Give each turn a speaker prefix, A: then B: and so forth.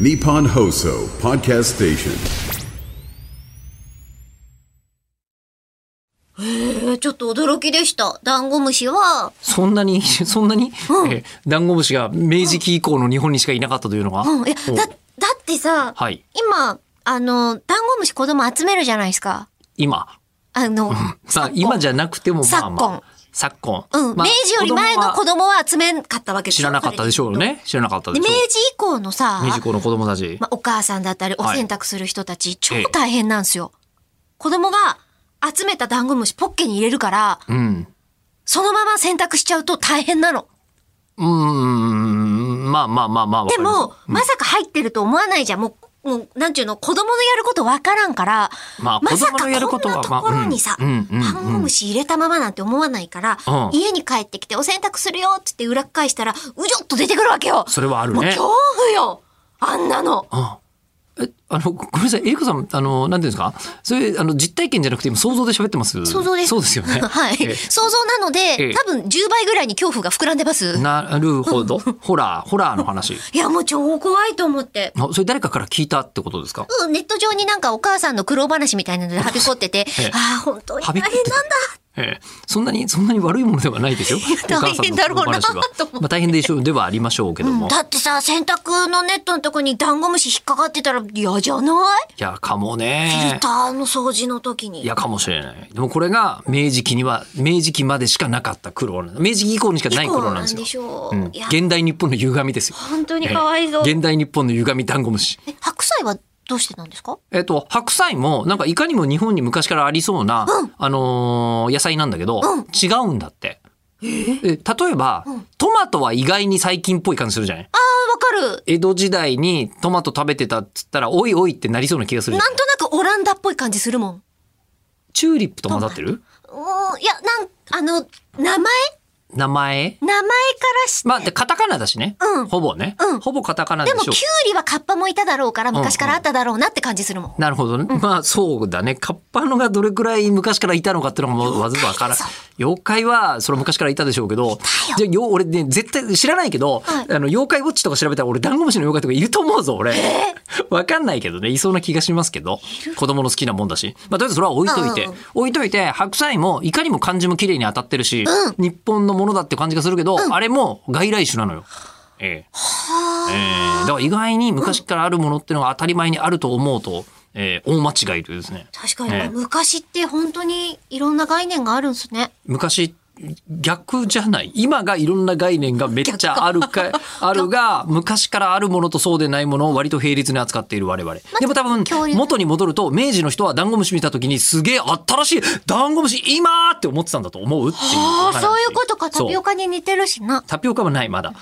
A: Nippon Hoso Podcast Station.
B: えーちょっと驚きでした。ダンゴムシは、
C: そんなに、そんなに、えーダンゴムシが明治期以降の日本にしかいなかったというのが。
B: うん、いや、
C: お
B: だ、だってさ、
C: はい
B: 今、あの、ダンゴムシ子供集めるじゃないですか。
C: 今。
B: あの、
C: さあ、今じゃなくても、まあまあ。昨今。
B: うん、
C: まあ
B: 明治より前の子
C: は
B: 供は集めんかったわけ
C: 知らなかったでしょう。ね。知らなかった
B: それ
C: で
B: で
C: し
B: 明
C: ょう。
B: 治以降のさ、
C: 明治以降の子供たち。
B: まあ、お母さんだったり、お
C: はい
B: 洗濯する人たち、超
C: ええ
B: 大変なんですよ。子供が集めたダンゴムシポッケに入れるから、
C: うん。
B: そのまま洗濯しちゃうと大変なの。
C: うーん。まあまあまあまあ。わ
B: で
C: かります
B: も、まさか入ってると思わないじゃん。もう、もう、なんていうの、子供のやることわからんから、
C: まあ
B: まさ
C: 子供
B: か
C: のやる
B: こ
C: こ
B: ん
C: と
B: な
C: は
B: ところにさ、
C: まあうんうんうん
B: ハンゴムシ入れたままなんて思わないから、
C: うん
B: 家に帰ってきて、お洗濯するよってって裏返したら、うじょっと出てくるわけよ。
C: それはあるね
B: もう恐怖よ。あんなの。
C: えあの、ごめんなさい、エイコさん、あの、なんていうんですかそれ、あの、実体験じゃなくて、今、想像で喋ってます
B: 想像です。
C: そうですよね。
B: はい。
C: え
B: 想像なの
C: え
B: で、
C: え
B: 多分10倍ぐらいに恐怖が膨らんでます。
C: なるほど。ホラー、ホラーの話。
B: いや、もう超怖いと思って。
C: あそれ誰かから聞いたってことですか
B: うんネット上になんかお母さんの苦労話みたいなのではびこってて
C: ええ、
B: ああ、本当に
C: は
B: 大
C: び
B: 変
C: こ
B: な
C: っ
B: ん
C: てて
B: だ
C: ええ、そんなにそんなに悪いものではないですよ。
B: や
C: お母さんの
B: 大変だろうな
C: 話は
B: と思って
C: まあ大変でしょうではありましょうけども。
B: だってさ、洗濯のネットのとこにダンゴムシ引っかかってたら嫌じゃない
C: いやかも
B: フィル
C: ね
B: タ。ーの掃除の時に。
C: いやかもしれない。でもこれが明治期には明治期までしかなかった苦労なん明治期以降にしかない苦労なんですよ。
B: よ
C: うん
B: いや、
C: 現代日本の歪みですよ。
B: 本当にかわいそう。
C: ええ現代日本の歪みダンゴムシ。
B: え白菜はどうしてなんですか
C: えっと、白菜も、なんかいかにも日本に昔からありそうな、あのー野菜なんだけど、違うんだって。え例えば、トマトは意外に最近っぽい感じするじゃない
B: あーわかる。
C: 江戸時代にトマト食べてたっつったら、おいおいってなりそうな気がする。
B: なんとなくオランダっぽい感じするもん。
C: チューリップと混ざってる
B: うんいや、なん、あの、名前
C: 名前
B: 名前からして。
C: まあ、でカタカナだしね。
B: うん
C: ほぼね、
B: うん
C: ほぼカタカナで
B: で
C: し
B: も、
C: ょ
B: キュウリはカッパもいただろうから、昔からあっただろうなって感じするもん。
C: なるほどね。まあそうだね。カッパのがどれくらい昔からいたのかっていうのがもうわずわから
B: 妖怪
C: ん
B: だぞ。
C: 妖怪はそれ昔からいたでしょうけど、じゃあよ俺ね絶対知らないけど、
B: はい
C: あの妖怪ウォッチとか調べたら俺ダンゴムシの妖怪とかいると思うぞ俺。わかんないけどねいそうな気がしますけど子供の好きなもんだし、まあ、とりあえずそれは置いといて、
B: うんうん
C: 置いといて白菜もいかにも漢字も綺麗に当たってるし、日本のものだって感じがするけど、あれも外来種なのよ。えええーだから意外に昔からあるものっていうのが当たり前にあると思うと、えー大間違いというですね
B: 確かに、
C: ええ
B: 昔って本当にいろんな概念があるんですね。
C: 昔逆じゃない今がいろんな概念がめっちゃあるか あるが昔からあるものとそうでないものを割と並列に扱っている我々、でも多分
B: 恐竜
C: 元に戻ると明治の人はダンゴムシ見た時にすげえ新しいダンゴムシ今ーって思ってたんだと思うっていう
B: ああ、そういうことか。タ
C: そう
B: ピオカに似てるしな。
C: タピオカはないまだ